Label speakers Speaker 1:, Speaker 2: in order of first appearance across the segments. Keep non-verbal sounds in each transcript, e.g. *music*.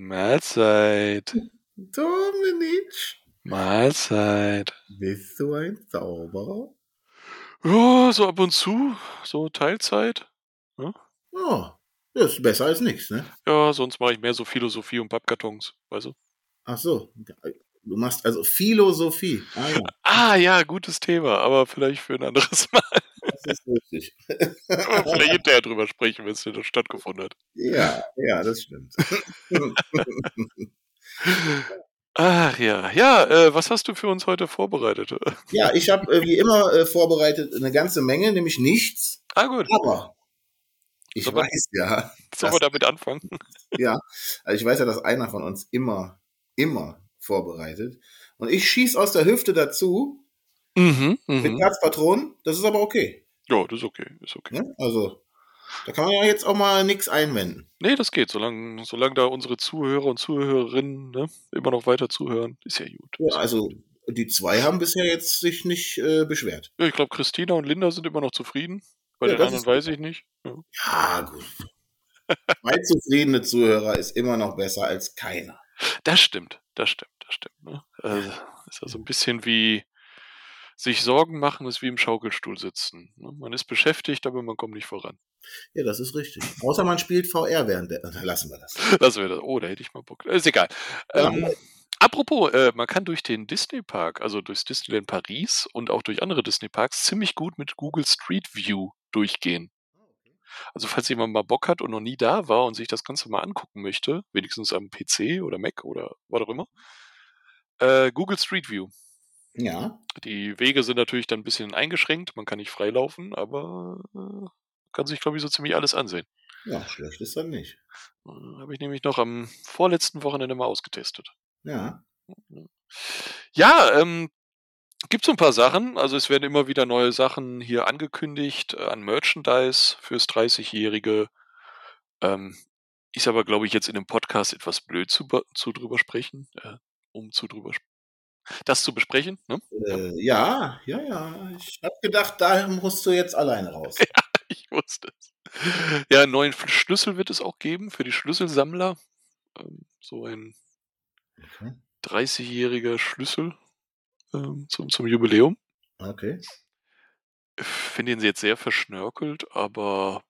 Speaker 1: Mahlzeit.
Speaker 2: Dominic,
Speaker 1: Mahlzeit.
Speaker 2: bist du ein Zauberer?
Speaker 1: Ja, so ab und zu, so Teilzeit.
Speaker 2: Ja, Oh, das ist besser als nichts, ne?
Speaker 1: Ja, sonst mache ich mehr so Philosophie und Pappkartons, weißt du?
Speaker 2: Ach so, du machst also Philosophie. Ah ja,
Speaker 1: Ah ja, gutes Thema, aber vielleicht für ein anderes *laughs* Mal.
Speaker 2: das ist richtig.
Speaker 1: vielleicht hinterher drüber sprechen, wenn es denn stattgefunden hat.
Speaker 2: Ja, ja, das stimmt.
Speaker 1: Ach ja, ja, äh, was hast du für uns heute vorbereitet? *laughs*
Speaker 2: Ja, ich habe äh, wie immer äh, vorbereitet eine ganze Menge, nämlich nichts,
Speaker 1: Ah gut,
Speaker 2: aber ich
Speaker 1: Aber-
Speaker 2: weiß ja,
Speaker 1: sollen wir damit anfangen?
Speaker 2: ja, also ich weiß ja, dass einer von uns immer, immer vorbereitet. Und ich schieß aus der Hüfte dazu
Speaker 1: *laughs* Mhm,
Speaker 2: mit
Speaker 1: mhm.
Speaker 2: Herzpatronen, das ist aber okay.
Speaker 1: Ja, das ist okay, ist okay.
Speaker 2: Ne? Also, da kann man ja jetzt auch mal nichts einwenden.
Speaker 1: Nee, das geht, solange, solange da unsere Zuhörer und Zuhörerinnen ne, immer noch weiter zuhören, ist ja gut.
Speaker 2: Ja, also, die zwei haben bisher jetzt sich nicht äh, beschwert.
Speaker 1: Ja, ich glaube, Christina und Linda sind immer noch zufrieden. Bei
Speaker 2: Ja,
Speaker 1: den
Speaker 2: das
Speaker 1: anderen
Speaker 2: ist
Speaker 1: weiß ich nicht. Ja.
Speaker 2: Ja, gut. Zwei zufriedene Zuhörer ist immer noch besser als keiner.
Speaker 1: Das stimmt, das stimmt, das stimmt. Ne? Also, ist ja so ein bisschen wie sich Sorgen machen, ist wie im Schaukelstuhl sitzen. Ne? Man ist beschäftigt, aber man kommt nicht voran. *laughs*
Speaker 2: Ja, das ist richtig. Außer man spielt VR während der. Na, Lassen wir das.
Speaker 1: Lassen wir das. Oh, da hätte ich mal Bock. Ist egal.
Speaker 2: Ja.
Speaker 1: Ähm, apropos, äh, man kann durch den Disney Park, also durchs Disneyland Paris und auch durch andere Disney Parks ziemlich gut mit Google Street View durchgehen. Also falls jemand mal Bock hat und noch nie da war und sich das Ganze mal angucken möchte, wenigstens am PC oder Mac oder was auch immer, äh, Google Street View.
Speaker 2: Ja,
Speaker 1: Die Wege sind natürlich dann ein bisschen eingeschränkt, man kann nicht freilaufen, aber äh, kann sich, glaube ich, so ziemlich alles ansehen.
Speaker 2: ja, schlecht ist dann nicht.
Speaker 1: Äh, Habe ich nämlich noch am vorletzten Wochenende mal ausgetestet.
Speaker 2: Ja.
Speaker 1: Ja, ähm, gibt so ein paar Sachen. Also es werden immer wieder neue Sachen hier angekündigt äh, an Merchandise fürs 30-Jährige. Ähm, ist aber, glaube ich, jetzt in dem Podcast etwas blöd zu, be- zu drüber sprechen, äh, um zu drüber sp- das zu besprechen. Ne? *laughs*
Speaker 2: Äh, ja, ja, ja. Ich habe gedacht, da musst du jetzt alleine raus.
Speaker 1: Ich wusste es. Ja, einen neuen F- Schlüssel wird es auch geben für die Schlüsselsammler. Ähm, so ein
Speaker 2: Okay.
Speaker 1: 30-jähriger Schlüssel ähm, zum, zum Jubiläum.
Speaker 2: Okay.
Speaker 1: Ich finde ihn jetzt sehr verschnörkelt, aber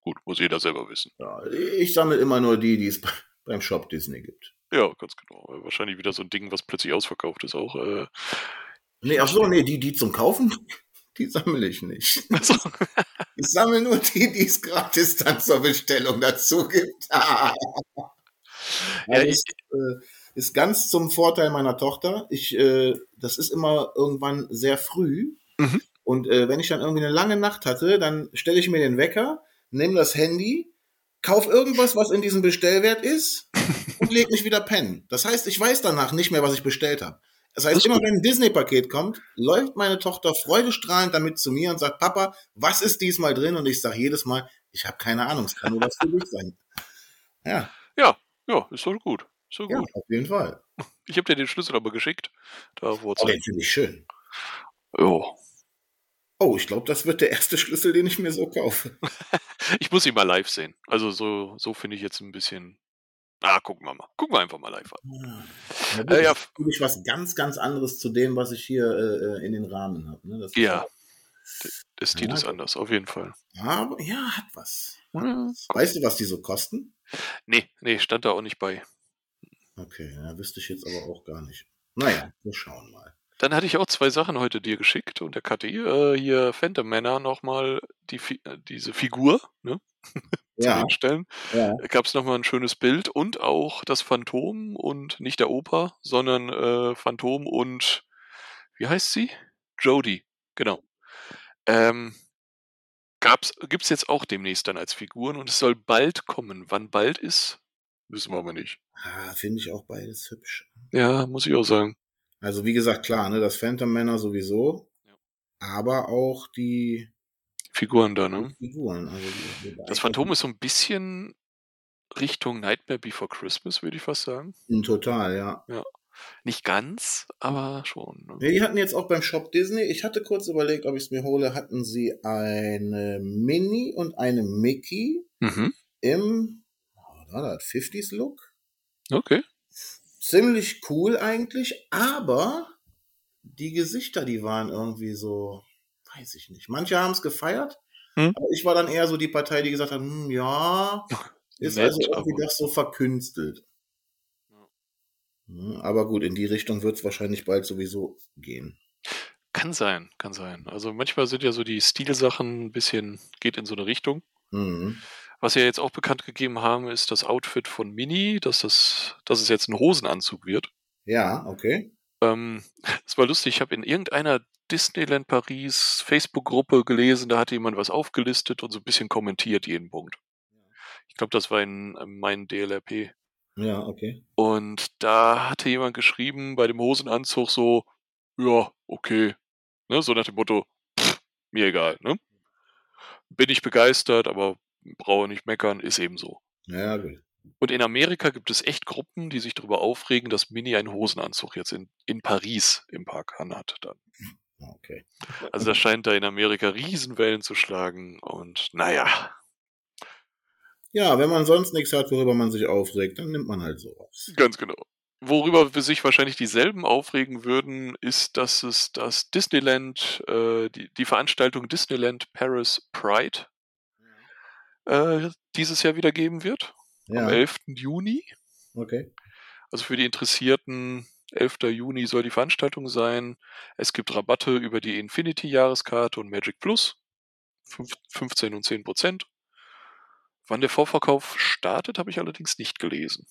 Speaker 1: gut, muss jeder selber wissen.
Speaker 2: Ja, ich sammle immer nur die, die es *laughs* be- beim Shop Disney gibt.
Speaker 1: Ja, ganz genau. Wahrscheinlich wieder so ein Ding, was plötzlich ausverkauft ist auch. Äh,
Speaker 2: Nee, ach so, nee, die, die zum Kaufen, *laughs* die sammle ich nicht.
Speaker 1: also,
Speaker 2: *laughs* Ich sammle nur die, die es gratis dann zur Bestellung dazu gibt. *laughs* ja,
Speaker 1: Ja,
Speaker 2: das äh, ist ganz zum Vorteil meiner Tochter. Ich, äh, das ist immer irgendwann sehr früh.
Speaker 1: Mhm.
Speaker 2: Und äh, wenn ich dann irgendwie eine lange Nacht hatte, dann stelle ich mir den Wecker, nehme das Handy, kauf irgendwas, was in diesem Bestellwert ist
Speaker 1: *laughs*
Speaker 2: und leg mich wieder pennen. Das heißt, ich weiß danach nicht mehr, was ich bestellt habe. Das
Speaker 1: Das
Speaker 2: heißt,
Speaker 1: ist
Speaker 2: immer
Speaker 1: gut.
Speaker 2: wenn ein Disney-Paket kommt, läuft meine Tochter freudestrahlend damit zu mir und sagt, Papa, was ist diesmal drin? Und ich sage jedes Mal, ich habe keine Ahnung, es kann nur was für dich sein. Ja,
Speaker 1: ja, ist doch gut. Ist doch
Speaker 2: ja,
Speaker 1: gut.
Speaker 2: auf jeden Fall.
Speaker 1: Ich habe dir den Schlüssel aber geschickt. Da wurde
Speaker 2: Oh, den finde ich schön.
Speaker 1: oh.
Speaker 2: Oh, ich glaube, das wird der erste Schlüssel, den ich mir so kaufe.
Speaker 1: Ich muss ihn mal live sehen. Also so, so finde ich jetzt ein bisschen. Ah, gucken wir mal. Gucken wir einfach mal live an.
Speaker 2: Na gut,
Speaker 1: Äh, ja,
Speaker 2: das ist natürlich was ganz, ganz anderes zu dem, was ich hier äh, äh, in den Rahmen habe. Ne? Das ist-
Speaker 1: Ja. Der- Der Stil
Speaker 2: Ja.
Speaker 1: ist anders, auf jeden Fall.
Speaker 2: Aber, ja, hat was. Weißt du, was die so kosten?
Speaker 1: Nee, nee, stand da auch nicht bei.
Speaker 2: Okay, ja, wüsste ich jetzt aber auch gar nicht. Naja, wir schauen mal.
Speaker 1: Dann hatte ich auch zwei Sachen heute dir geschickt und der Kathi, äh, hier Phantom Manor nochmal die, Fi- äh, diese Figur, ne?
Speaker 2: Ja,
Speaker 1: Stellen.
Speaker 2: ja.
Speaker 1: Da gab es nochmal ein schönes Bild und auch das Phantom und nicht der Opa, sondern äh, Phantom und wie heißt sie? Jodie, genau. Ähm, gab's, gibt's jetzt auch demnächst dann als Figuren und es soll bald kommen. Wann bald ist, wissen wir aber nicht.
Speaker 2: Ah, Finde ich auch beides hübsch.
Speaker 1: Ja, muss ich auch sagen.
Speaker 2: Also, wie gesagt, klar, ne, das Phantom Männer sowieso.
Speaker 1: Ja.
Speaker 2: Aber auch die
Speaker 1: Figuren da, ne?
Speaker 2: Figuren. Also die, die
Speaker 1: Das Phantom ist so ein bisschen Richtung Nightmare Before Christmas, würde ich fast sagen.
Speaker 2: Total, ja.
Speaker 1: Nicht ganz, aber schon. Ne?
Speaker 2: Ja, die hatten jetzt auch beim Shop Disney, ich hatte kurz überlegt, ob ich es mir hole, hatten sie eine Mini und eine Mickey
Speaker 1: Mhm.
Speaker 2: im, oh, war das? 50s Look?
Speaker 1: Okay.
Speaker 2: Ziemlich cool eigentlich, aber die Gesichter, die waren irgendwie so, weiß ich nicht. Manche haben es gefeiert,
Speaker 1: Hm.
Speaker 2: aber ich war dann eher so die Partei, die gesagt hat, hm,
Speaker 1: *laughs*
Speaker 2: ja, ist
Speaker 1: Nett,
Speaker 2: also irgendwie
Speaker 1: aber-
Speaker 2: das so verkünstelt.
Speaker 1: Ja.
Speaker 2: Hm, Aber gut, in die Richtung wird es wahrscheinlich bald sowieso gehen.
Speaker 1: Kann sein, kann sein. Also manchmal sind ja so die Stilsachen ein bisschen, geht in so eine Richtung.
Speaker 2: Mhm.
Speaker 1: Was wir jetzt auch bekannt gegeben haben, ist das Outfit von Mini, dass, das, dass es jetzt ein Hosenanzug wird.
Speaker 2: Ja, okay.
Speaker 1: Ähm, *laughs* es war lustig, ich habe in irgendeiner Disneyland Paris Facebook-Gruppe gelesen, da hatte jemand was aufgelistet und so ein bisschen kommentiert jeden Punkt. Ich glaube, das war in äh, meinem DLRP.
Speaker 2: Ja, okay.
Speaker 1: Und da hatte jemand geschrieben bei dem Hosenanzug so, ja, okay. Ne, so nach dem Motto, pff, mir egal. Ne? Bin ich begeistert, aber brauche nicht meckern, ist eben so.
Speaker 2: Ja, gut.
Speaker 1: Und in Amerika gibt es echt Gruppen, die sich darüber aufregen, dass Mini einen Hosenanzug jetzt in, in Paris im Park anhat. Dann.
Speaker 2: Okay.
Speaker 1: Also das scheint da in Amerika Riesenwellen zu schlagen und naja,
Speaker 2: Ja, wenn man sonst nichts hat, worüber man sich aufregt, dann nimmt man halt sowas.
Speaker 1: ganz genau. Worüber wir sich wahrscheinlich dieselben aufregen würden, ist, dass es das Disneyland, äh, die, die Veranstaltung Disneyland Paris Pride äh, dieses Jahr wieder geben wird, am
Speaker 2: Ja,
Speaker 1: 11. Juni.
Speaker 2: okay.
Speaker 1: Also für die Interessierten, 11. Juni soll die Veranstaltung sein. Es gibt Rabatte über die Infinity-Jahreskarte und Magic Plus. Fünf- 15 und 10 Prozent. Wann der Vorverkauf startet, habe ich allerdings nicht gelesen.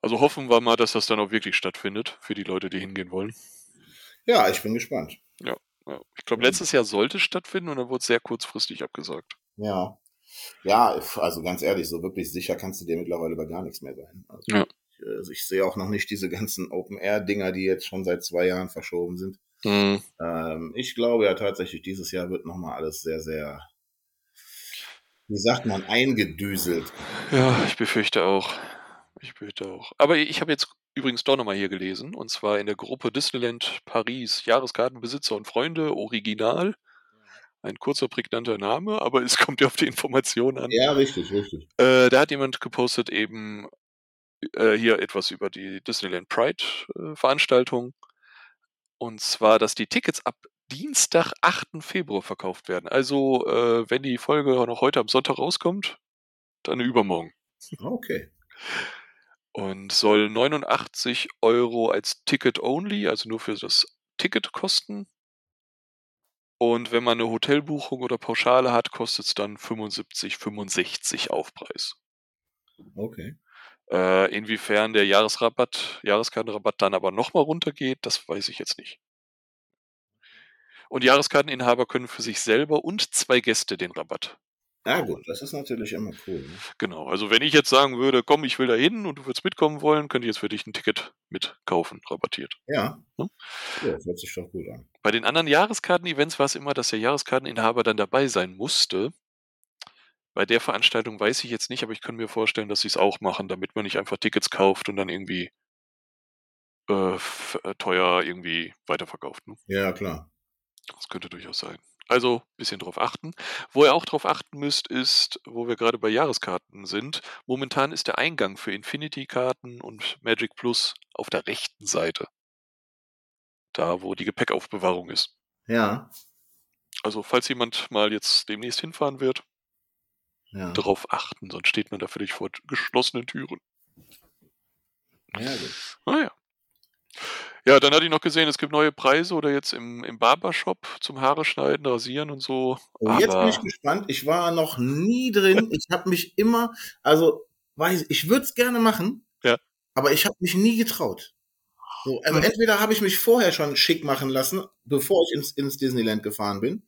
Speaker 1: Also hoffen wir mal, dass das dann auch wirklich stattfindet für die Leute, die hingehen wollen.
Speaker 2: Ja, ich bin gespannt.
Speaker 1: Ja, Ich glaube, letztes Jahr sollte es stattfinden und dann wurde es sehr kurzfristig abgesagt.
Speaker 2: Ja. Ja, also ganz ehrlich, so wirklich sicher kannst du dir mittlerweile über gar nichts mehr sein. Also,
Speaker 1: Ja.
Speaker 2: ich, äh, ich sehe auch noch nicht diese ganzen Open-Air-Dinger, die jetzt schon seit zwei Jahren verschoben sind. Ähm, ich glaube ja tatsächlich, dieses Jahr wird nochmal alles sehr, sehr, wie sagt man, eingedüselt.
Speaker 1: Ja, ich befürchte auch. Ich befürchte auch. Aber ich habe jetzt übrigens doch nochmal hier gelesen, und zwar in der Gruppe Disneyland Paris, Jahreskartenbesitzer und Freunde, original. Ein kurzer, prägnanter Name, aber es *laughs* kommt ja auf die Information an.
Speaker 2: Ja, richtig, richtig.
Speaker 1: Äh, da hat jemand gepostet eben äh, hier etwas über die Disneyland Pride äh, Veranstaltung. Und zwar, dass die Tickets ab Dienstag, 8. Februar verkauft werden. Also, äh, wenn die Folge noch heute am Sonntag rauskommt, dann übermorgen
Speaker 2: Okay.
Speaker 1: und soll 89 Euro als Ticket only, also nur für das Ticket kosten. Und wenn man eine Hotelbuchung oder Pauschale hat, kostet es dann 75, 65 Aufpreis.
Speaker 2: Okay.
Speaker 1: Äh, inwiefern der Jahresrabatt, Jahreskartenrabatt dann aber nochmal runtergeht, das weiß ich jetzt nicht. Und Jahreskarteninhaber können für sich selber und zwei Gäste den Rabatt.
Speaker 2: Ja, gut, das ist natürlich immer cool. Ne?
Speaker 1: Genau. Also wenn ich jetzt sagen würde, komm, ich will da hin und du würdest mitkommen wollen, könnte ich jetzt für dich ein Ticket mitkaufen, rabattiert.
Speaker 2: Ja.
Speaker 1: Hm?
Speaker 2: ja. Das hört sich doch gut an.
Speaker 1: Bei den anderen Jahreskarten-Events war es immer, dass der Jahreskarteninhaber dann dabei sein musste. Bei der Veranstaltung weiß ich jetzt nicht, aber ich kann mir vorstellen, dass sie es auch machen, damit man nicht einfach Tickets kauft und dann irgendwie äh, f- äh, teuer irgendwie weiterverkauft. Ne?
Speaker 2: Ja, klar.
Speaker 1: Das könnte durchaus sein. Also ein bisschen drauf achten. Wo ihr auch drauf achten müsst, ist, wo wir gerade bei Jahreskarten sind, momentan ist der Eingang für Infinity-Karten und Magic Plus auf der rechten Seite. Da, wo die Gepäckaufbewahrung ist.
Speaker 2: Ja.
Speaker 1: Also falls jemand mal jetzt demnächst hinfahren wird,
Speaker 2: Ja.
Speaker 1: darauf achten, sonst steht man da völlig vor geschlossenen Türen.
Speaker 2: ja gut.
Speaker 1: Naja. Ja, dann hatte ich noch gesehen, es gibt neue Preise oder jetzt im, im Barbershop zum Haare schneiden, rasieren und so.
Speaker 2: Und Oh, jetzt bin
Speaker 1: Aber-
Speaker 2: ich gespannt. Ich war noch
Speaker 1: *laughs*
Speaker 2: nie drin. Ich habe mich immer, also weiß ich würde es gerne machen,
Speaker 1: Ja. Hm.
Speaker 2: aber ich habe mich nie getraut. So, also entweder habe ich mich vorher schon schick machen lassen, bevor ich ins, ins Disneyland gefahren bin,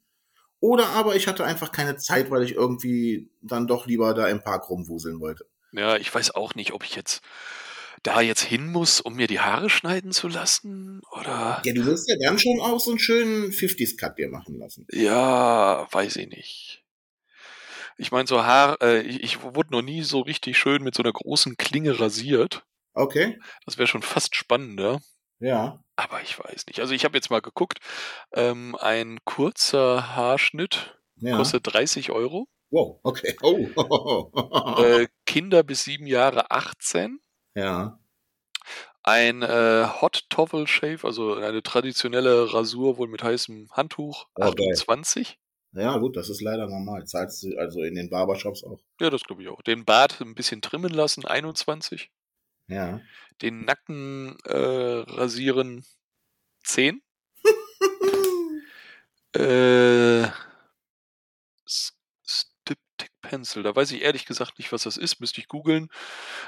Speaker 2: oder aber ich hatte einfach keine Zeit, weil ich irgendwie dann doch lieber da im Park rumwuseln wollte.
Speaker 1: Ja, ich weiß auch nicht, ob ich jetzt da jetzt hin muss, um mir die Haare schneiden zu lassen oder.
Speaker 2: Ja, du wirst ja dann schon auch so einen schönen 50s-Cut dir machen lassen.
Speaker 1: Ja, weiß ich nicht. Ich meine, so Haar, äh, ich, ich wurde noch nie so richtig schön mit so einer großen Klinge rasiert.
Speaker 2: Okay,
Speaker 1: Das wäre schon fast spannender.
Speaker 2: ja.
Speaker 1: Aber ich weiß nicht. Also ich habe jetzt mal geguckt. Ähm, ein kurzer Haarschnitt
Speaker 2: ja.
Speaker 1: kostet 30 Euro.
Speaker 2: Wow, okay. Oh. *laughs*
Speaker 1: Äh, Kinder bis sieben Jahre 18.
Speaker 2: ja.
Speaker 1: Ein äh, Hot Towel Shave, also eine traditionelle Rasur wohl mit heißem Handtuch,
Speaker 2: Oh, geil.
Speaker 1: 28.
Speaker 2: Ja, gut, das ist leider normal. Zahlst du also in den Barbershops auch.
Speaker 1: Ja, das glaube ich auch. Den Bart ein bisschen trimmen lassen, 21.
Speaker 2: Ja.
Speaker 1: Den Nacken äh, rasieren, 10. Äh, S- Styptic Pencil, da weiß ich ehrlich gesagt nicht, was das ist, müsste ich googeln.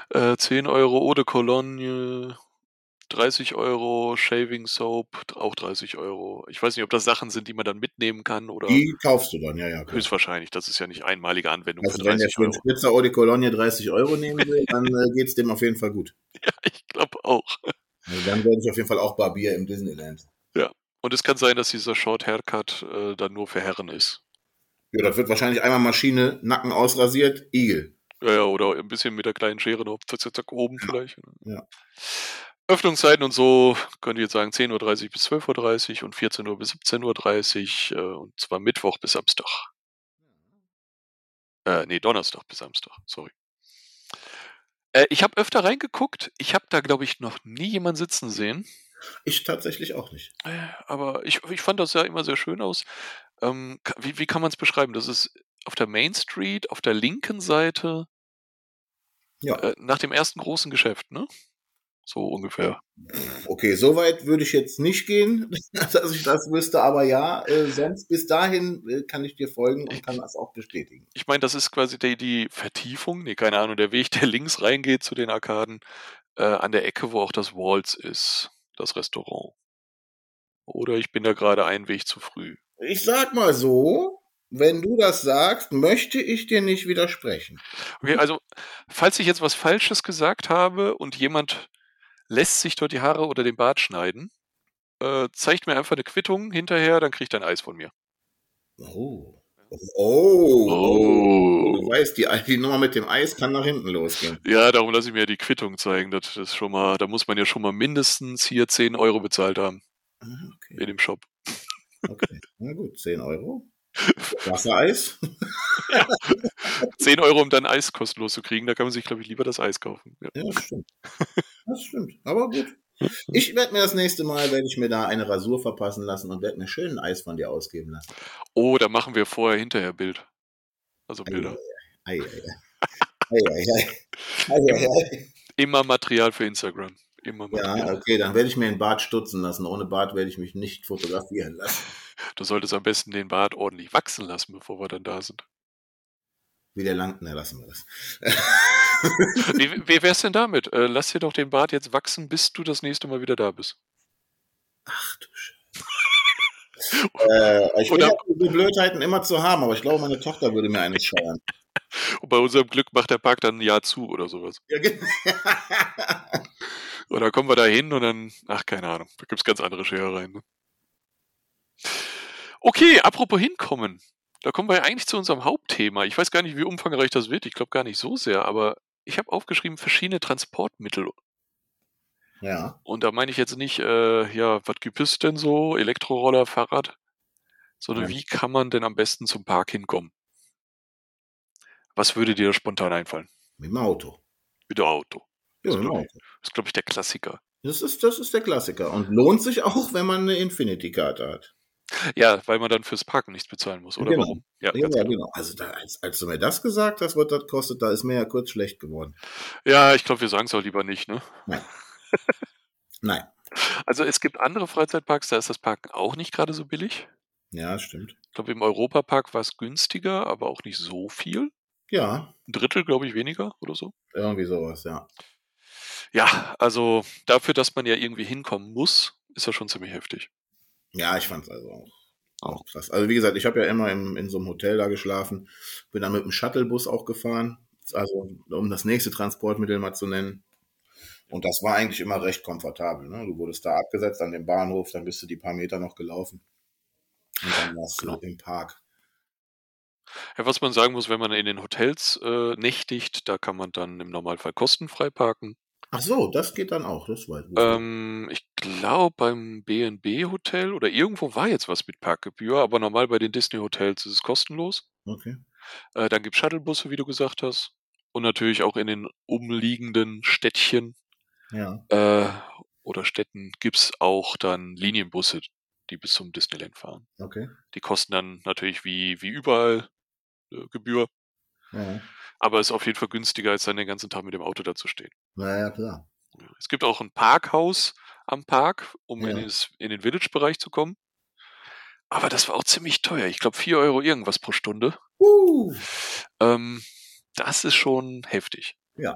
Speaker 1: Äh, 10 Euro Eau de Cologne, 30 Euro Shaving Soap, auch 30 Euro. Ich weiß nicht, ob das Sachen sind, die man dann mitnehmen kann oder
Speaker 2: Die kaufst du dann, ja, ja. klar.
Speaker 1: höchstwahrscheinlich. Das ist ja nicht einmalige Anwendung
Speaker 2: Also
Speaker 1: für
Speaker 2: wenn der
Speaker 1: 30
Speaker 2: schöne
Speaker 1: Euro.
Speaker 2: Spritzer Eau de Cologne 30 Euro nehmen will, dann äh, geht's dem auf jeden Fall gut.
Speaker 1: Ja, *laughs* ich glaube auch.
Speaker 2: Also dann werde ich auf jeden Fall auch Barbier im Disneyland.
Speaker 1: Und es kann sein, dass dieser Short Haircut äh, dann nur für Herren ist.
Speaker 2: Ja, das wird wahrscheinlich einmal Maschine, Nacken ausrasiert, Igel.
Speaker 1: Ja, ja, oder ein bisschen mit der kleinen Schere noch zack, zack, zack, oben vielleicht.
Speaker 2: Ja.
Speaker 1: Öffnungszeiten und so könnte ich jetzt sagen 10.30 Uhr bis 12.30 Uhr und 14 Uhr bis 17.30 Uhr äh, und zwar Mittwoch bis Samstag. Äh, nee, Donnerstag bis Samstag, sorry. Äh, ich habe öfter reingeguckt. Ich habe da, glaube ich, noch nie jemanden sitzen sehen.
Speaker 2: Ich tatsächlich auch nicht.
Speaker 1: Äh, aber ich, ich fand das ja immer sehr schön aus. Ähm, ka- wie, wie kann man es beschreiben? Das ist auf der Main Street, auf der linken Seite,
Speaker 2: Ja.
Speaker 1: äh, nach dem ersten großen Geschäft, ne? So ungefähr.
Speaker 2: Okay, so weit würde ich jetzt nicht gehen, *laughs* dass ich das wüsste, aber ja, äh, sonst bis dahin äh, kann ich dir folgen und kann das auch bestätigen.
Speaker 1: Ich meine, das ist quasi die, die Vertiefung, nee, keine Ahnung, der Weg, *laughs* der links reingeht zu den Arkaden, äh, an der Ecke, wo auch das Walls ist, das Restaurant. Oder ich bin da gerade einen Weg zu früh.
Speaker 2: Ich sag mal so, wenn du das sagst, möchte ich dir nicht widersprechen.
Speaker 1: Okay, also falls ich jetzt was Falsches gesagt habe und jemand lässt sich dort die Haare oder den Bart schneiden, äh, zeigt mir einfach eine Quittung hinterher, dann kriegt er ein Eis von mir.
Speaker 2: Oh. Oh. Du weißt, die, die Nummer mit dem Eis kann nach hinten losgehen.
Speaker 1: Ja, darum lasse ich mir die Quittung zeigen. Das ist schon mal, da muss man ja schon mal mindestens hier 10 Euro bezahlt haben
Speaker 2: Ah,
Speaker 1: in
Speaker 2: Okay.
Speaker 1: dem Shop.
Speaker 2: okay. Na gut, 10 Euro. Wassereis?
Speaker 1: 10 Euro, um dann Eis kostenlos zu kriegen, da kann man sich, glaube ich, lieber das Eis kaufen. Ja.
Speaker 2: Ja, das stimmt. Das stimmt. Aber gut. Ich werde mir das nächste Mal, werde ich mir da eine Rasur verpassen lassen und werde mir schönen Eis von dir ausgeben lassen.
Speaker 1: Oh, da machen wir vorher hinterher Bild. Also Bilder.
Speaker 2: Hm. Ei, ei, ei. Ei, ei, ei. Ei, ei, ei.
Speaker 1: Immer Material für Instagram. Immer Material.
Speaker 2: Ja, okay, dann werde ich mir den Bart stutzen lassen. Ohne Bart werde ich mich nicht fotografieren lassen.
Speaker 1: Du solltest am besten den Bart ordentlich wachsen lassen, bevor wir dann da sind.
Speaker 2: Wie der langt, na, lassen wir das.
Speaker 1: Wie, wie wär's denn damit? Äh, lass dir doch den Bart jetzt wachsen, bis du das nächste Mal wieder da bist.
Speaker 2: Ach du Scheiße. Äh, ich bin
Speaker 1: Oder-
Speaker 2: ja für so Blödheiten immer zu haben, aber ich glaube, meine Tochter würde mir eine scheuern.
Speaker 1: Und bei unserem Glück macht der Park dann ein Jahr zu oder sowas.
Speaker 2: Ja, genau.
Speaker 1: Oder kommen wir da hin und dann, ach, keine Ahnung, da gibt's ganz andere Scherereien. Ne? Okay, apropos hinkommen. Da kommen wir ja eigentlich zu unserem Hauptthema. Ich weiß gar nicht, wie umfangreich das wird. Ich glaube gar nicht so sehr, aber ich habe aufgeschrieben verschiedene Transportmittel.
Speaker 2: *laughs* ja.
Speaker 1: Und da meine ich jetzt nicht, äh, ja, was gibt es denn so? Elektroroller, Fahrrad? Sondern
Speaker 2: Ja.
Speaker 1: wie kann man denn am besten zum Park hinkommen? Was würde dir da spontan einfallen?
Speaker 2: Mit dem Auto.
Speaker 1: Mit dem Auto.
Speaker 2: Ja,
Speaker 1: Das
Speaker 2: mit dem
Speaker 1: glaub ich.
Speaker 2: Auto.
Speaker 1: Das ist, glaube ich, der Klassiker.
Speaker 2: Das ist, das ist der Klassiker und lohnt sich auch, wenn man eine Infinity-Karte hat.
Speaker 1: Ja, weil man dann fürs Parken nichts bezahlen muss, oder
Speaker 2: Genau.
Speaker 1: warum? Ja,
Speaker 2: Ja,
Speaker 1: ganz
Speaker 2: ja,
Speaker 1: genau.
Speaker 2: genau. Also da, als, als du mir das gesagt hast, was das kostet, da ist mir ja kurz schlecht geworden.
Speaker 1: ja ich glaube, wir sagen es auch lieber nicht. Ne?
Speaker 2: Nein.
Speaker 1: Also es gibt andere Freizeitparks, da ist das Parken auch nicht gerade so billig.
Speaker 2: Ja, stimmt.
Speaker 1: Ich glaube, im Europapark war es günstiger, aber auch nicht so viel.
Speaker 2: Ja,
Speaker 1: Ein Drittel, glaube ich, weniger oder so.
Speaker 2: irgendwie sowas, ja.
Speaker 1: Ja, also dafür, dass man ja irgendwie hinkommen muss, ist ja schon ziemlich heftig.
Speaker 2: Ja, ich fand's also auch.
Speaker 1: Auch.
Speaker 2: Auch krass. Also wie gesagt, ich habe ja immer im, in so einem Hotel da geschlafen, bin dann mit dem Shuttlebus auch gefahren, also um das nächste Transportmittel mal zu nennen. Und das war eigentlich immer recht komfortabel. Ne? Du wurdest da abgesetzt an dem Bahnhof, dann bist du die paar Meter noch gelaufen und dann warst
Speaker 1: Genau.
Speaker 2: du im Park.
Speaker 1: Ja, was man sagen muss, wenn man in den Hotels äh, nächtigt, da kann man dann im Normalfall kostenfrei parken.
Speaker 2: Ach so, das geht dann auch, das weiß ich.
Speaker 1: Ähm, ich glaube beim B&B Hotel oder irgendwo war jetzt was mit Parkgebühr, aber normal bei den Disney Hotels ist es kostenlos.
Speaker 2: okay.
Speaker 1: Äh, dann gibt es Shuttlebusse, wie du gesagt hast. Und natürlich auch in den umliegenden Städtchen
Speaker 2: Ja.
Speaker 1: äh, oder Städten gibt es auch dann Linienbusse, die bis zum Disneyland fahren.
Speaker 2: Okay.
Speaker 1: Die kosten dann natürlich wie, wie überall äh, Gebühr,
Speaker 2: Ja.
Speaker 1: aber ist auf jeden Fall günstiger, als dann den ganzen Tag mit dem Auto dazustehen.
Speaker 2: Naja, klar.
Speaker 1: Ja. Es gibt auch ein Parkhaus am Park, um in,
Speaker 2: Ja.
Speaker 1: das, in den Village-Bereich zu kommen. Aber das war auch ziemlich teuer. Ich glaube, 4 Euro irgendwas pro Stunde.
Speaker 2: Uh.
Speaker 1: Ähm, das ist schon heftig.
Speaker 2: Ja.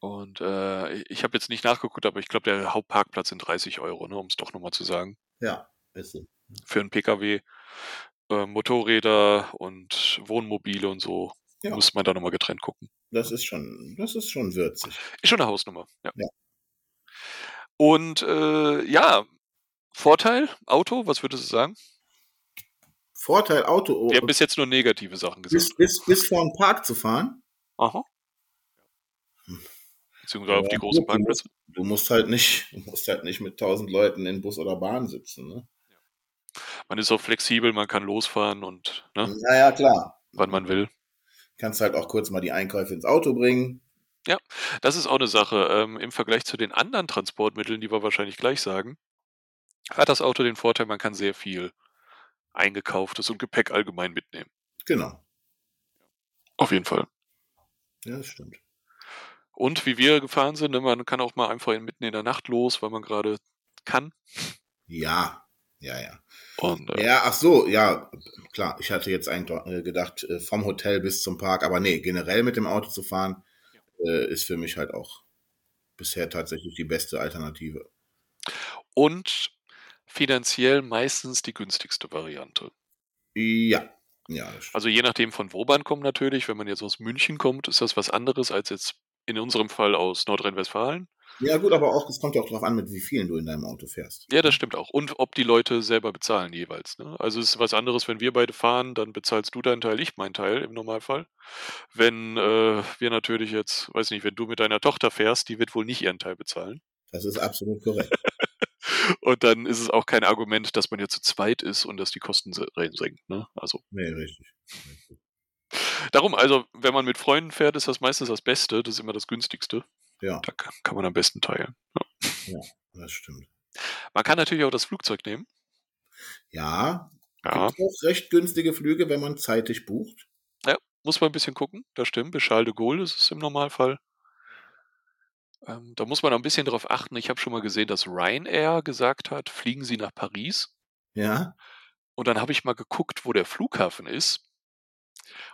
Speaker 1: Und äh, ich- ich habe jetzt nicht nachgeguckt, aber ich glaube, der Hauptparkplatz sind 30 Euro, ne, um es doch nochmal zu sagen.
Speaker 2: Ja, ist so.
Speaker 1: Für einen Pkw, äh, Motorräder und Wohnmobile und so.
Speaker 2: Ja.
Speaker 1: Muss man da nochmal getrennt gucken.
Speaker 2: Das ist schon, das ist schon würzig.
Speaker 1: Ist schon eine Hausnummer, ja.
Speaker 2: Ja.
Speaker 1: Und äh, ja, Vorteil, Auto, was würdest du sagen?
Speaker 2: Vorteil Auto, oh,
Speaker 1: Wir haben bis jetzt nur negative Sachen gesagt.
Speaker 2: bis, bis, bis vor den Park zu fahren.
Speaker 1: Aha. Beziehungsweise auf
Speaker 2: Hm. Ja,
Speaker 1: die großen
Speaker 2: gut, du musst-
Speaker 1: Parkplätze.
Speaker 2: Du musst halt nicht, *laughs* du musst halt nicht mit tausend Leuten in Bus oder Bahn sitzen. Ne?
Speaker 1: Man ist auch flexibel, man kann losfahren und ne,
Speaker 2: Ja, ja, klar.
Speaker 1: wann man will.
Speaker 2: Kannst halt auch kurz mal die Einkäufe ins Auto bringen.
Speaker 1: Das ist auch eine Sache. Ähm, Im Vergleich zu den anderen Transportmitteln, die wir wahrscheinlich gleich sagen, hat das Auto den Vorteil, man kann sehr viel eingekauftes und Gepäck allgemein mitnehmen.
Speaker 2: Genau.
Speaker 1: Auf jeden Fall.
Speaker 2: Ja, das stimmt.
Speaker 1: Und wie wir gefahren sind, ne, man kann auch mal einfach mitten in der Nacht los, weil man gerade kann.
Speaker 2: Ja, ja, ja.
Speaker 1: Und äh,
Speaker 2: Ja, ach so, ja, klar. Ich hatte jetzt eigentlich äh, gedacht, äh, vom Hotel bis zum Park, aber nee, generell mit dem Auto zu fahren, äh, ist für mich halt auch bisher tatsächlich die beste Alternative.
Speaker 1: und finanziell meistens die günstigste Variante.
Speaker 2: Ja, ja, das stimmt.
Speaker 1: Also je nachdem von wo man kommt natürlich. Wenn man jetzt aus München kommt, ist das was anderes als jetzt in unserem Fall aus Nordrhein-Westfalen.
Speaker 2: Ja, gut, aber auch, es kommt ja auch drauf an, mit wie vielen du in deinem Auto fährst.
Speaker 1: Ja, das stimmt auch. Und ob die Leute selber bezahlen jeweils. Ne? Also es ist was anderes, wenn wir beide fahren, dann bezahlst du deinen Teil, ich meinen Teil im Normalfall. Wenn äh, wir natürlich jetzt, weiß nicht, wenn du mit deiner Tochter fährst, die wird wohl nicht ihren Teil bezahlen.
Speaker 2: Das ist absolut korrekt.
Speaker 1: Und dann ist es auch kein Argument, dass man ja zu zweit ist und dass die Kosten se- senkt. Ne? Also
Speaker 2: Nee, richtig.
Speaker 1: darum, also wenn man mit Freunden fährt, ist das meistens das Beste, das ist immer das günstigste.
Speaker 2: Ja,
Speaker 1: Da kann kann man am besten teilen.
Speaker 2: das stimmt.
Speaker 1: Man kann natürlich auch das Flugzeug nehmen.
Speaker 2: Ja,
Speaker 1: Ja,
Speaker 2: gibt auch recht günstige Flüge, wenn man zeitig bucht.
Speaker 1: muss man ein bisschen gucken, das stimmt. Bis Charles de Gaulle ist es im Normalfall. Ähm, da muss man auch ein bisschen drauf achten. Ich habe schon mal gesehen, dass Ryanair gesagt hat, fliegen Sie nach Paris.
Speaker 2: Ja,
Speaker 1: Und dann habe ich mal geguckt, wo der Flughafen ist.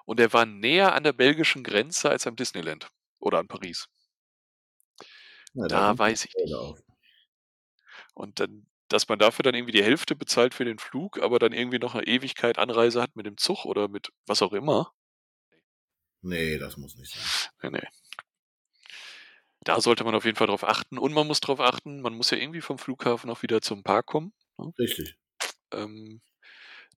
Speaker 1: Und der war näher an der belgischen Grenze als am Disneyland oder an Paris.
Speaker 2: ja
Speaker 1: Da
Speaker 2: kommt
Speaker 1: weiß ich
Speaker 2: die Freude auf.
Speaker 1: Und dann, dass man dafür dann irgendwie die Hälfte bezahlt für den Flug, aber dann irgendwie noch eine Ewigkeit Anreise hat mit dem Zug oder mit was auch immer.
Speaker 2: Nee, das muss nicht sein.
Speaker 1: Nee, nee. Da sollte man auf jeden Fall drauf achten. Und man muss drauf achten, man muss ja irgendwie vom Flughafen auch wieder zum Park kommen.
Speaker 2: Richtig.
Speaker 1: Ähm,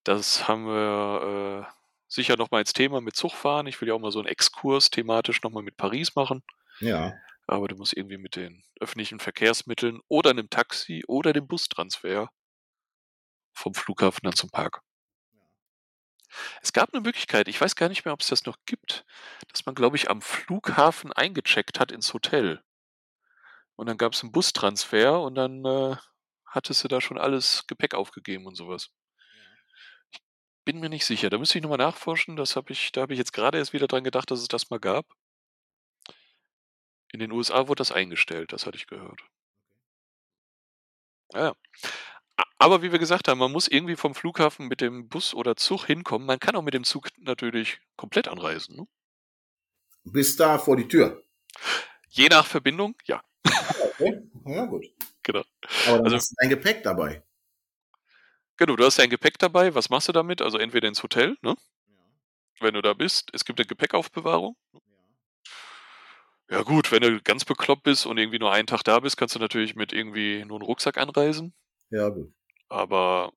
Speaker 1: das haben wir äh, sicher nochmal als Thema mit Zugfahren. Ich will ja auch mal so einen Exkurs thematisch nochmal mit Paris machen.
Speaker 2: Ja,
Speaker 1: Aber du musst irgendwie mit den öffentlichen Verkehrsmitteln oder einem Taxi oder dem Bustransfer vom Flughafen dann zum Park. Es gab eine Möglichkeit, ich weiß gar nicht mehr, ob es das noch gibt, dass man, glaube ich, am Flughafen eingecheckt hat ins Hotel. Und dann gab es einen Bustransfer und dann äh, hattest du da schon alles Gepäck aufgegeben und sowas. Ich bin mir nicht sicher. Da müsste ich nochmal nachforschen. Das hab ich, da habe ich jetzt gerade erst wieder dran gedacht, dass es das mal gab. In den USA wurde das eingestellt, das hatte ich gehört. Ja. ja. A- Aber wie wir gesagt haben, man muss irgendwie vom Flughafen mit dem Bus oder Zug hinkommen. Man kann auch mit dem Zug natürlich komplett anreisen. Ne?
Speaker 2: bis da vor die Tür.
Speaker 1: Je nach Verbindung, ja.
Speaker 2: Okay. Ja, gut.
Speaker 1: Genau.
Speaker 2: Aber dann
Speaker 1: Also-
Speaker 2: hast du dein Gepäck dabei.
Speaker 1: Genau, du hast dein Gepäck dabei. Was machst du damit? Also entweder ins Hotel, ne? wenn du da bist. Es gibt eine Gepäckaufbewahrung. Ja gut, wenn du ganz bekloppt bist und irgendwie nur einen Tag da bist, kannst du natürlich mit irgendwie nur einem Rucksack anreisen.
Speaker 2: Ja, gut.
Speaker 1: aber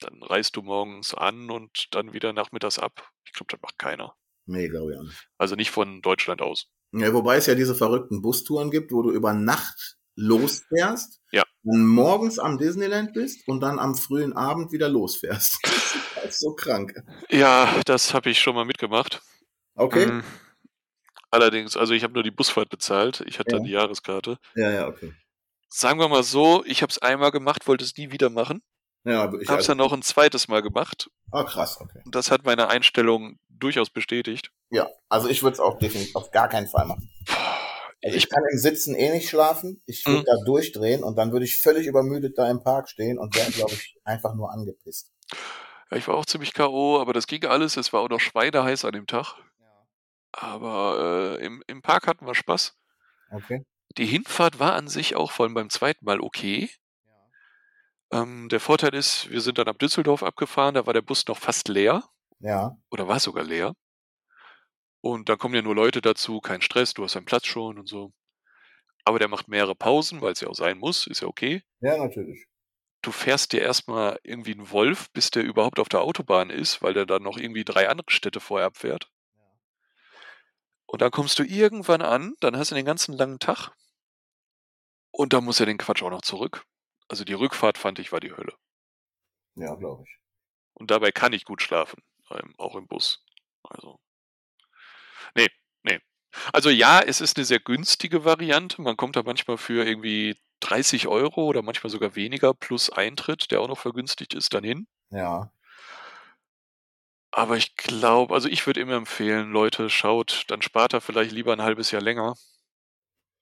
Speaker 1: dann reist du morgens an und dann wieder nachmittags ab. Ich glaube, das macht keiner.
Speaker 2: Nee, glaube ich auch nicht.
Speaker 1: Also nicht von Deutschland aus.
Speaker 2: Ja, wobei es ja diese verrückten Bustouren gibt, wo du über Nacht losfährst
Speaker 1: Ja.
Speaker 2: dann morgens am Disneyland bist und dann am frühen Abend wieder losfährst. *laughs* das ist so krank.
Speaker 1: Ja, das habe ich schon mal mitgemacht.
Speaker 2: Okay?
Speaker 1: Ähm, Allerdings, also ich habe nur die Busfahrt bezahlt. Ich hatte
Speaker 2: Ja.
Speaker 1: dann die Jahreskarte.
Speaker 2: Ja, ja, okay.
Speaker 1: Sagen wir mal so, ich habe es einmal gemacht, wollte es nie wieder machen.
Speaker 2: Ja, aber ich also,
Speaker 1: Ich habe es dann noch ein zweites Mal gemacht.
Speaker 2: Ah, krass, okay.
Speaker 1: Und das hat meine Einstellung durchaus bestätigt.
Speaker 2: Ja, also ich würde es auch definitiv auf gar keinen Fall machen. Also ich,
Speaker 1: Ich-
Speaker 2: kann im Sitzen eh nicht schlafen. Ich würde
Speaker 1: Mhm.
Speaker 2: da durchdrehen und dann würde ich völlig übermüdet da im Park stehen und wäre, glaube ich, einfach nur angepisst.
Speaker 1: Ja, Ich war auch ziemlich K.O., aber das ging alles. Es war auch noch schweineheiß an dem Tag. Aber äh, im, im Park hatten wir Spaß.
Speaker 2: Okay.
Speaker 1: Die Hinfahrt war an sich auch vor allem beim zweiten Mal okay. Ähm, der Vorteil ist, wir sind dann ab Düsseldorf abgefahren, da war der Bus noch fast leer
Speaker 2: Ja.
Speaker 1: oder war sogar leer. Und da kommen ja nur Leute dazu, kein Stress, du hast deinen Platz schon und so. Aber der macht mehrere Pausen, weil es ja auch sein muss, ist ja okay.
Speaker 2: Ja, natürlich.
Speaker 1: Du fährst dir erstmal irgendwie einen Wolf, bis der überhaupt auf der Autobahn ist, weil der dann noch irgendwie drei andere Städte vorher abfährt. Und dann kommst du irgendwann an, dann hast du den ganzen langen Tag. Und dann muss er den Quatsch auch noch zurück. Also die Rückfahrt fand ich war die Hölle.
Speaker 2: Ja, glaube ich.
Speaker 1: Und dabei kann ich gut schlafen, ähm, auch im Bus. Also. Nee, nee. Also ja, es ist eine sehr günstige Variante. Man kommt da manchmal für irgendwie 30 Euro oder manchmal sogar weniger plus Eintritt, der auch noch vergünstigt ist, dann hin.
Speaker 2: Ja.
Speaker 1: Aber ich glaube, also ich würde immer empfehlen, Leute, schaut, dann spart er vielleicht lieber ein halbes Jahr länger.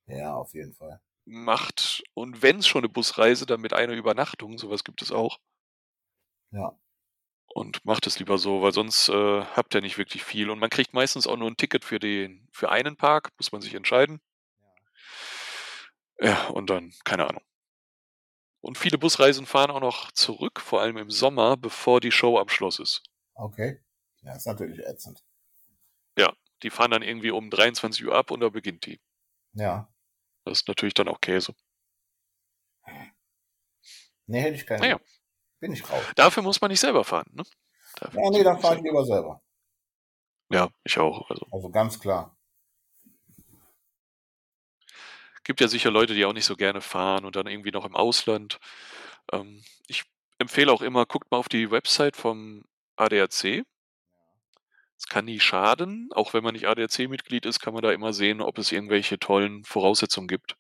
Speaker 2: Ja, auf jeden Fall.
Speaker 1: Macht, und wenn es schon eine Busreise, dann mit einer Übernachtung, sowas gibt es auch.
Speaker 2: Ja.
Speaker 1: Und macht es lieber so, weil sonst äh, habt ihr nicht wirklich viel. Und man kriegt meistens auch nur ein Ticket für den, für einen Park, muss man sich entscheiden. Ja, und dann, keine Ahnung. Und viele Busreisen fahren auch noch zurück, vor allem im Sommer, bevor die Show am Schluss ist.
Speaker 2: Okay. Ja, ist natürlich ätzend.
Speaker 1: Die fahren dann irgendwie um 23 Uhr ab und da beginnt die.
Speaker 2: Ja.
Speaker 1: Das ist natürlich dann auch Käse.
Speaker 2: Nee, hätte ich keine.
Speaker 1: Naja.
Speaker 2: Bin ich raus.
Speaker 1: Dafür muss man nicht selber fahren, ne? Dafür
Speaker 2: Ja,
Speaker 1: muss
Speaker 2: nee,
Speaker 1: man
Speaker 2: da
Speaker 1: nicht
Speaker 2: fahre ich
Speaker 1: selber-
Speaker 2: lieber selber.
Speaker 1: Ja, ich auch. Also
Speaker 2: Also ganz klar.
Speaker 1: gibt ja sicher Leute, die auch nicht so gerne fahren und dann irgendwie noch im Ausland. Ähm, ich empfehle auch immer, guckt mal auf die Website vom ADAC. Es kann nie schaden. Auch wenn man nicht ADAC-Mitglied ist, kann man da immer sehen, ob es irgendwelche tollen Voraussetzungen gibt.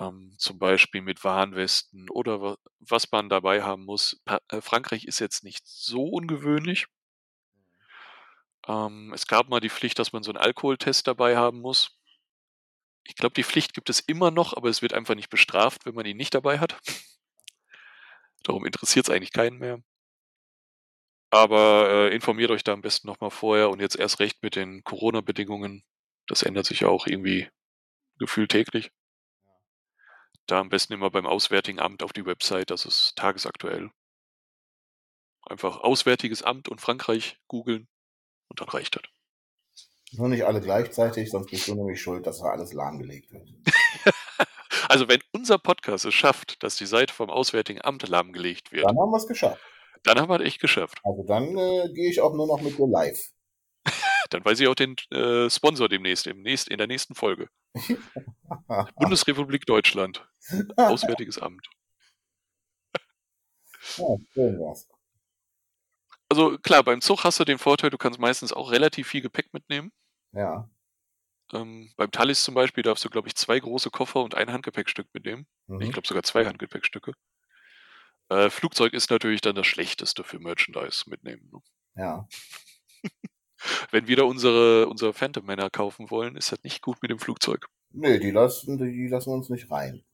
Speaker 1: Ähm, zum Beispiel mit Warnwesten oder wa- was man dabei haben muss. Pa äh, Frankreich ist jetzt nicht so ungewöhnlich. Ähm, es gab mal die Pflicht, dass man so einen Alkoholtest dabei haben muss. Ich glaube, die Pflicht gibt es immer noch, aber es wird einfach nicht bestraft, wenn man ihn nicht dabei hat. *laughs* Darum interessiert es eigentlich keinen mehr. Aber äh, informiert euch da am besten nochmal vorher und jetzt erst recht mit den Corona-Bedingungen. Das ändert sich ja auch irgendwie gefühlt täglich. Da am besten immer beim Auswärtigen Amt auf die Website, das ist tagesaktuell. Einfach Auswärtiges Amt und Frankreich googeln und dann reicht das.
Speaker 2: Nur nicht alle gleichzeitig, sonst bist du nämlich schuld, dass da alles lahmgelegt wird.
Speaker 1: Also wenn unser Podcast es schafft, dass die Seite vom Auswärtigen Amt lahmgelegt wird,
Speaker 2: Dann haben wir es geschafft.
Speaker 1: dann haben wir es echt geschafft.
Speaker 2: Also dann äh, gehe ich auch nur noch mit dir live.
Speaker 1: Dann weiß ich auch den äh, Sponsor demnächst, im nächst, in der nächsten Folge. Bundesrepublik Deutschland, Auswärtiges Amt.
Speaker 2: Ja, schön war's.
Speaker 1: Also klar, beim Zug hast du den Vorteil, du kannst meistens auch relativ viel Gepäck mitnehmen.
Speaker 2: Ja.
Speaker 1: Ähm, beim Thalys zum Beispiel darfst du, glaube ich, zwei große Koffer und ein Handgepäckstück mitnehmen. Ich
Speaker 2: Mhm.
Speaker 1: glaube sogar zwei Handgepäckstücke. Äh, Flugzeug ist natürlich dann das Schlechteste für Merchandise mitnehmen. Ne?
Speaker 2: Ja.
Speaker 1: Wenn wir da unsere, unsere Phantom Männer kaufen wollen, ist das nicht gut mit dem Flugzeug.
Speaker 2: Nee, die lassen, die lassen uns nicht rein.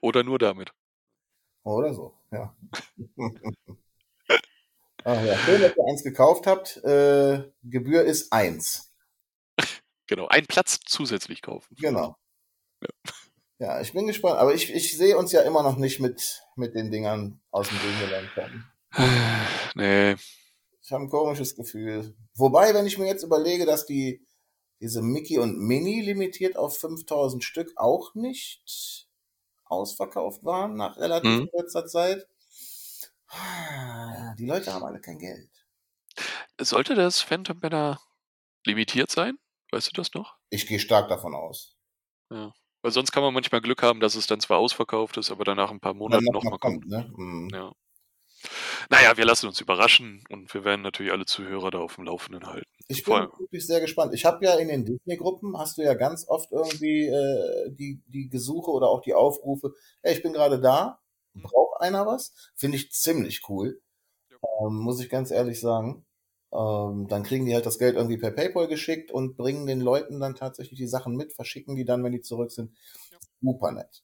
Speaker 1: Oder nur damit.
Speaker 2: Oder so, ja. *laughs* Ach ja, schön, dass ihr eins gekauft habt. Äh, Gebühr ist eins.
Speaker 1: Genau, einen Platz zusätzlich kaufen.
Speaker 2: Genau. Ja, ich bin gespannt. Aber ich, ich sehe uns ja immer noch nicht mit, mit den Dingern aus dem Grünland kommen.
Speaker 1: *sighs* Nee,
Speaker 2: Ich habe ein komisches Gefühl. Wobei, wenn ich mir jetzt überlege, dass die diese Mickey und Mini limitiert auf 5000 Stück auch nicht ausverkauft waren nach relativ
Speaker 1: Mhm.
Speaker 2: kurzer Zeit. Ah, Die Leute haben alle kein Geld.
Speaker 1: sollte das Phantom Männer limitiert sein? Weißt du das noch?
Speaker 2: Ich gehe stark davon aus.
Speaker 1: Ja. Weil sonst kann man manchmal Glück haben, dass es dann zwar ausverkauft ist, aber danach ein paar Monate
Speaker 2: noch
Speaker 1: nochmal
Speaker 2: mal
Speaker 1: kommt.
Speaker 2: kommt, ne? Mhm.
Speaker 1: Ja. Naja, wir lassen uns überraschen und wir werden natürlich alle Zuhörer da auf dem Laufenden halten.
Speaker 2: Ich
Speaker 1: Vor
Speaker 2: bin
Speaker 1: allem-
Speaker 2: wirklich sehr gespannt. Ich habe ja in den Disney-Gruppen, hast du ja ganz oft irgendwie äh, die, die Gesuche oder auch die Aufrufe, hey, ich bin gerade da, braucht einer was? Finde ich ziemlich cool, ähm, muss ich ganz ehrlich sagen. Ähm, dann kriegen die halt das Geld irgendwie per Paypal geschickt und bringen den Leuten dann tatsächlich die Sachen mit, verschicken die dann, wenn die zurück sind. Super nett.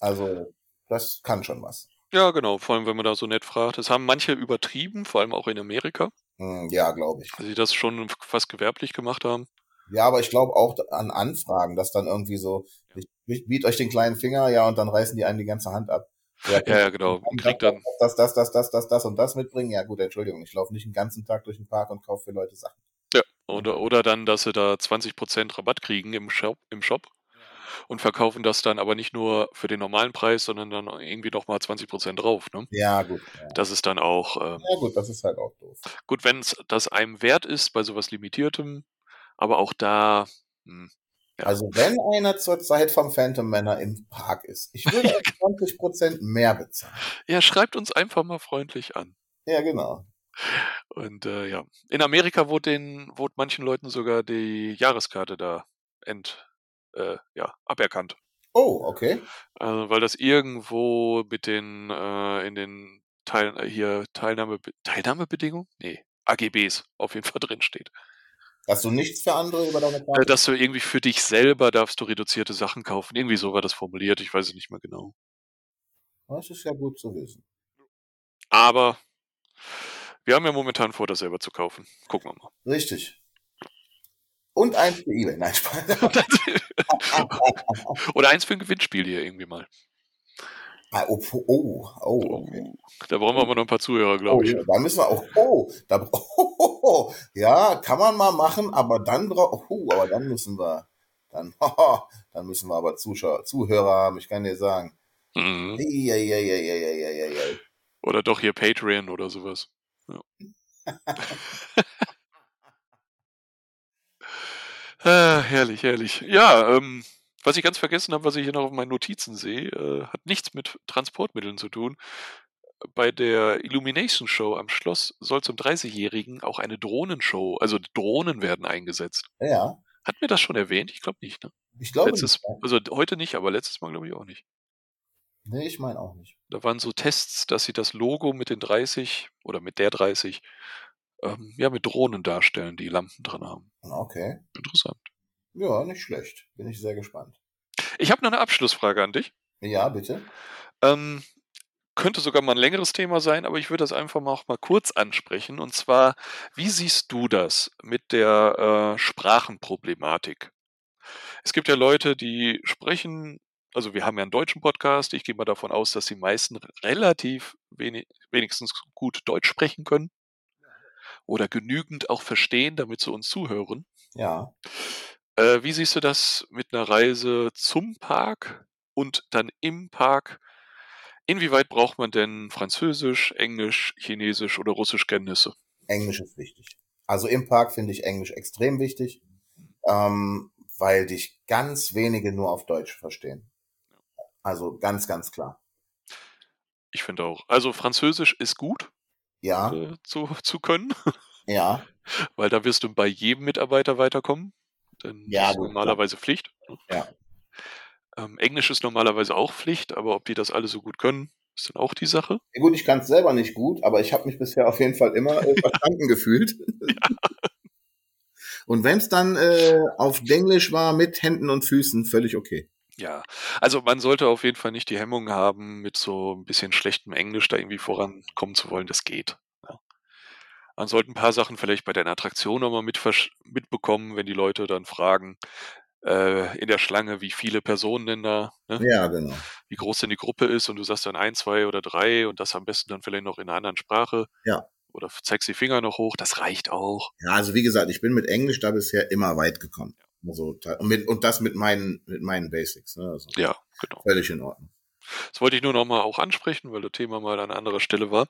Speaker 2: Also, das kann schon was.
Speaker 1: Ja, genau, vor allem wenn man da so nett fragt. Das haben manche übertrieben, vor allem auch in Amerika,
Speaker 2: Hm, ja, glaube ich.
Speaker 1: dass sie das schon fast gewerblich gemacht haben.
Speaker 2: Ja, aber ich glaube auch an Anfragen, dass dann irgendwie so, ich, ich biet euch den kleinen Finger, ja, und dann reißen die einem die ganze Hand ab.
Speaker 1: Ja, ja,
Speaker 2: *laughs*
Speaker 1: genau. Und kriegt dann,
Speaker 2: Das, das, das, das, das, das und das mitbringen. Ja, gut, Entschuldigung, ich laufe nicht den ganzen Tag durch den Park und kaufe für Leute Sachen.
Speaker 1: oder, oder dann, dass sie da 20% Rabatt kriegen im Shop, im Shop und verkaufen das dann aber nicht nur für den normalen Preis, sondern dann irgendwie nochmal 20% drauf. Ne?
Speaker 2: Ja, gut. Ja,
Speaker 1: Das ist dann auch, ähm,
Speaker 2: ja gut, das ist halt auch doof.
Speaker 1: gut, wenn es das einem wert ist, bei sowas Limitiertem, aber auch da, hm, Ja.
Speaker 2: Also, wenn einer zur Zeit vom Phantom Manor im Park ist, ich
Speaker 1: *laughs*
Speaker 2: würde auch 20% mehr bezahlen.
Speaker 1: ja, schreibt uns einfach mal freundlich an.
Speaker 2: Ja, genau.
Speaker 1: Und äh, ja, in Amerika wurde, den, wurde manchen Leuten sogar die Jahreskarte da ent, äh, ja, aberkannt.
Speaker 2: Oh, okay.
Speaker 1: Also, weil das irgendwo mit den, äh, in den Teil, äh, hier Teilnahme, Teilnahmebedingungen? Nee, AGBs auf jeden Fall drin steht.
Speaker 2: Dass du nichts für andere über deine
Speaker 1: Äh,
Speaker 2: Karte.
Speaker 1: dass du irgendwie für dich selber darfst du reduzierte Sachen kaufen. Irgendwie so war das formuliert, ich weiß es nicht mehr genau.
Speaker 2: Das ist ja gut zu wissen.
Speaker 1: Aber wir haben ja momentan vor, das selber zu kaufen. Gucken wir mal.
Speaker 2: Richtig. Und eins für eBay. Nein, Spaß.
Speaker 1: Oder eins für ein Gewinnspiel hier irgendwie mal.
Speaker 2: Ah, oh, oh, oh, okay.
Speaker 1: Da brauchen wir aber noch ein paar Zuhörer,
Speaker 2: Oh,
Speaker 1: glaube ich.
Speaker 2: ja, da müssen wir auch. Oh, da, bra- *laughs* oh, oh, oh, ja, kann man mal machen, aber dann braucht. Oh, aber dann müssen wir. Dann, *laughs* dann müssen wir aber Zuschauer, Zuhörer haben. Ich kann dir sagen.
Speaker 1: Mhm.
Speaker 2: Eieieiei.
Speaker 1: Oder doch hier Patreon oder sowas. Ja. ah, herrlich, herrlich. Ja, ähm, was ich ganz vergessen habe, was ich hier noch auf meinen Notizen sehe, äh, hat nichts mit Transportmitteln zu tun. Bei der Illumination Show am Schloss soll zum 30-Jährigen auch eine Drohnenshow, also Drohnen werden eingesetzt.
Speaker 2: Ja,
Speaker 1: Hat mir das schon erwähnt? Ich glaube nicht. Ne?
Speaker 2: ich glaube.
Speaker 1: Letztes,
Speaker 2: nicht.
Speaker 1: also heute nicht, aber letztes Mal glaube ich auch nicht.
Speaker 2: Nee, ich meine auch nicht.
Speaker 1: Da waren so Tests, dass sie das Logo mit den 30 oder mit der 30 ähm, ja mit Drohnen darstellen, die Lampen dran haben.
Speaker 2: Okay.
Speaker 1: Interessant.
Speaker 2: Ja, nicht schlecht. Bin ich sehr gespannt.
Speaker 1: Ich habe noch eine Abschlussfrage an dich.
Speaker 2: Ja, bitte.
Speaker 1: Ähm, könnte sogar mal ein längeres Thema sein, aber ich würde das einfach mal auch mal kurz ansprechen. Und zwar, wie siehst du das mit der äh, Sprachenproblematik? Es gibt ja Leute, die sprechen, also wir haben ja einen deutschen Podcast, ich gehe mal davon aus, dass die meisten relativ wenig, wenigstens gut Deutsch sprechen können oder genügend auch verstehen, damit sie uns zuhören.
Speaker 2: Ja.
Speaker 1: Äh, wie siehst du das mit einer Reise zum Park und dann im Park? Inwieweit braucht man denn Französisch, Englisch, Chinesisch oder Russisch Kenntnisse?
Speaker 2: Englisch ist wichtig. Also im Park finde ich Englisch extrem wichtig, ähm, weil dich ganz wenige nur auf Deutsch verstehen. Also ganz, ganz klar.
Speaker 1: Ich finde auch. Also Französisch ist gut
Speaker 2: Ja,
Speaker 1: äh, zu, *laughs* zu können,
Speaker 2: ja,
Speaker 1: weil da wirst du bei jedem Mitarbeiter weiterkommen. Denn
Speaker 2: Ja,
Speaker 1: das ist
Speaker 2: gut, klar.
Speaker 1: normalerweise Pflicht. ne?
Speaker 2: Ja.
Speaker 1: Ähm, Englisch ist normalerweise auch Pflicht, aber ob die das alle so gut können, ist dann auch die Sache.
Speaker 2: ja. Gut, ich kann es selber nicht gut, aber ich habe mich bisher auf jeden Fall immer äh, verstanden
Speaker 1: *laughs*
Speaker 2: *laughs* gefühlt. Und wenn es dann äh, auf Englisch war, mit Händen und Füßen, völlig okay.
Speaker 1: Ja, also man sollte auf jeden Fall nicht die Hemmung haben, mit so ein bisschen schlechtem Englisch da irgendwie vorankommen zu wollen. Das geht. Ja. Man sollte ein paar Sachen vielleicht bei deiner Attraktion nochmal mit mitbekommen, wenn die Leute dann fragen, äh, in der Schlange, wie viele Personen denn da, ne?
Speaker 2: Ja, genau.
Speaker 1: wie groß denn die Gruppe ist und du sagst dann ein, zwei oder drei und das am besten dann vielleicht noch in einer anderen Sprache.
Speaker 2: Ja.
Speaker 1: Oder zeigst die Finger noch hoch, das reicht auch.
Speaker 2: Ja, also wie gesagt, ich bin mit Englisch da bisher immer weit gekommen. Also, ta- und, mit, und das mit meinen, mit meinen Basics. Ne? Also,
Speaker 1: Ja, genau.
Speaker 2: Völlig in Ordnung.
Speaker 1: Das wollte ich nur nochmal auch ansprechen, weil das Thema mal an anderer Stelle war.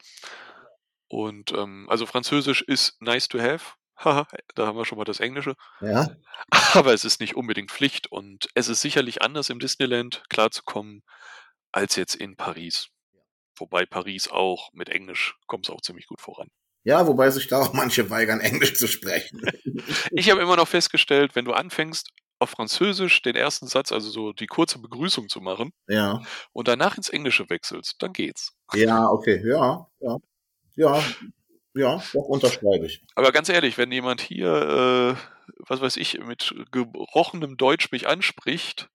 Speaker 1: Und ähm, also Französisch ist nice to have, Haha, *laughs* da haben wir schon mal das Englische. *laughs*
Speaker 2: Ja.
Speaker 1: Aber es ist nicht unbedingt Pflicht und es ist sicherlich anders im Disneyland klarzukommen als jetzt in Paris. Wobei Paris auch mit Englisch kommt es auch ziemlich gut voran.
Speaker 2: Ja, wobei sich da auch manche weigern, Englisch
Speaker 1: *laughs*
Speaker 2: zu sprechen.
Speaker 1: Ich habe immer noch festgestellt, wenn du anfängst, auf Französisch den ersten Satz, also so die kurze Begrüßung zu machen
Speaker 2: ja.
Speaker 1: und danach ins Englische wechselst, dann geht's.
Speaker 2: Ja, okay. Ja, ja. Ja, ja, doch unterschreibe ich.
Speaker 1: Aber ganz ehrlich, wenn jemand hier, äh, was weiß ich, mit gebrochenem Deutsch mich anspricht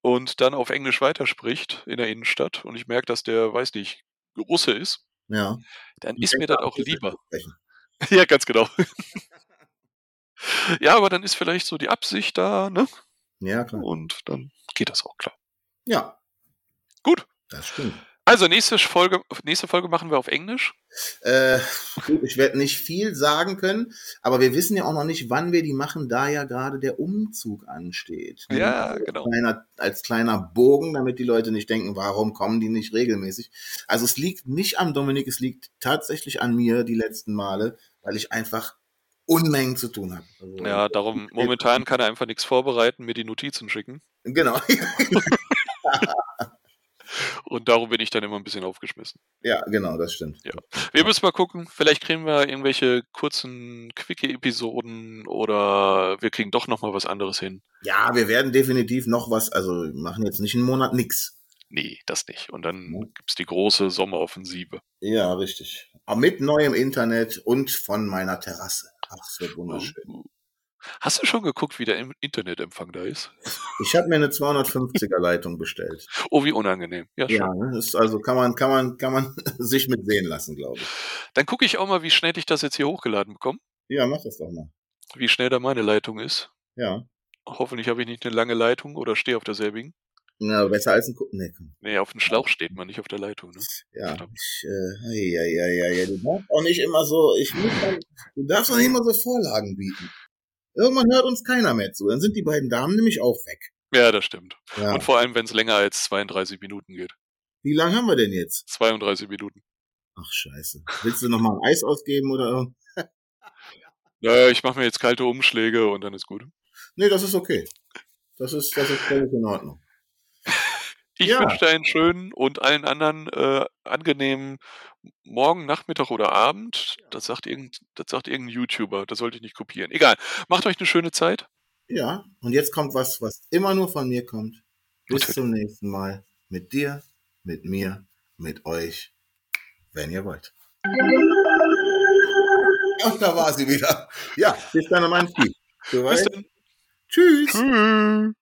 Speaker 1: und dann auf Englisch weiterspricht in der Innenstadt und ich merke, dass der, weiß nicht, Russe ist,
Speaker 2: Ja.
Speaker 1: dann ist mir das auch lieber. *laughs*
Speaker 2: Sprechen.
Speaker 1: Ja, ganz genau. *laughs* ja, aber dann ist vielleicht so die Absicht da, ne?
Speaker 2: Ja, klar.
Speaker 1: Und dann geht das auch klar.
Speaker 2: Ja.
Speaker 1: Gut.
Speaker 2: Das stimmt.
Speaker 1: Also nächste Folge, nächste Folge machen wir auf Englisch.
Speaker 2: Äh, gut, ich werde nicht viel sagen können, aber wir wissen ja auch noch nicht, wann wir die machen, da ja gerade der Umzug ansteht.
Speaker 1: Ja, genau.
Speaker 2: Kleiner, als kleiner Bogen, damit die Leute nicht denken, warum kommen die nicht regelmäßig. Also es liegt nicht am Dominik, es liegt tatsächlich an mir die letzten Male, weil ich einfach Unmengen zu tun habe. Also,
Speaker 1: Ja, darum momentan kann er einfach nichts vorbereiten, mir die Notizen schicken.
Speaker 2: Genau. *laughs*
Speaker 1: Und darum bin ich dann immer ein bisschen aufgeschmissen.
Speaker 2: ja, genau, das stimmt.
Speaker 1: Wir müssen mal gucken, vielleicht kriegen wir irgendwelche kurzen, quicke Episoden oder wir kriegen doch nochmal was anderes hin.
Speaker 2: Ja, wir werden definitiv noch was, also wir machen jetzt nicht einen Monat nix.
Speaker 1: Nee, das nicht. Und dann gibt's die große Sommeroffensive.
Speaker 2: Ja, richtig. Aber mit neuem Internet und von meiner Terrasse. Ach, es wird wunderschön.
Speaker 1: Oh. Hast du schon geguckt, wie der Im- Internetempfang da ist?
Speaker 2: Ich habe mir eine 250er Leitung bestellt.
Speaker 1: Oh, wie unangenehm. Ja, schon.
Speaker 2: Ja, ne, ist also kann man kann man kann man *laughs* sich mit sehen lassen, glaube ich.
Speaker 1: Dann gucke ich auch mal, wie schnell ich das jetzt hier hochgeladen bekomme.
Speaker 2: Ja, mach das doch mal.
Speaker 1: Wie schnell da meine Leitung ist.
Speaker 2: Ja.
Speaker 1: Hoffentlich habe ich nicht eine lange Leitung oder stehe auf derselbigen.
Speaker 2: Na, besser als ein Ku- Nee, komm.
Speaker 1: Nee, auf dem Schlauch steht man, nicht auf der Leitung. Ne?
Speaker 2: Ja, ich, äh, ja, ja, ja, ja, du darfst auch nicht immer so, ich muss dann, du darfst auch nicht immer so Vorlagen bieten. Irgendwann hört uns keiner mehr zu, dann sind die beiden Damen nämlich auch weg.
Speaker 1: Ja, das stimmt.
Speaker 2: Ja.
Speaker 1: Und vor allem, wenn es länger als 32 Minuten geht.
Speaker 2: Wie lange haben wir denn jetzt?
Speaker 1: 32 Minuten.
Speaker 2: Ach scheiße. Willst du noch mal ein Eis ausgeben oder? irgend-
Speaker 1: Naja, Äh, ich mache mir jetzt kalte Umschläge und dann ist gut.
Speaker 2: Nee, das ist okay. Das ist, das ist völlig in Ordnung.
Speaker 1: Ich
Speaker 2: Ja.
Speaker 1: wünsche dir einen schönen und allen anderen äh, angenehmen Morgen, Nachmittag oder Abend. Das sagt, irgend, das sagt irgendein YouTuber. Das sollte ich nicht kopieren. Egal. Macht euch eine schöne Zeit.
Speaker 2: Ja. Und jetzt kommt was, was immer nur von mir kommt. Bis
Speaker 1: Natürlich.
Speaker 2: zum nächsten Mal. Mit dir, mit mir, mit euch, wenn ihr wollt. Und da war sie wieder. Ja, bis dann an meinem Vieh. Du
Speaker 1: Bis
Speaker 2: weißt,
Speaker 1: dann.
Speaker 2: tschüss.
Speaker 1: Tschüss.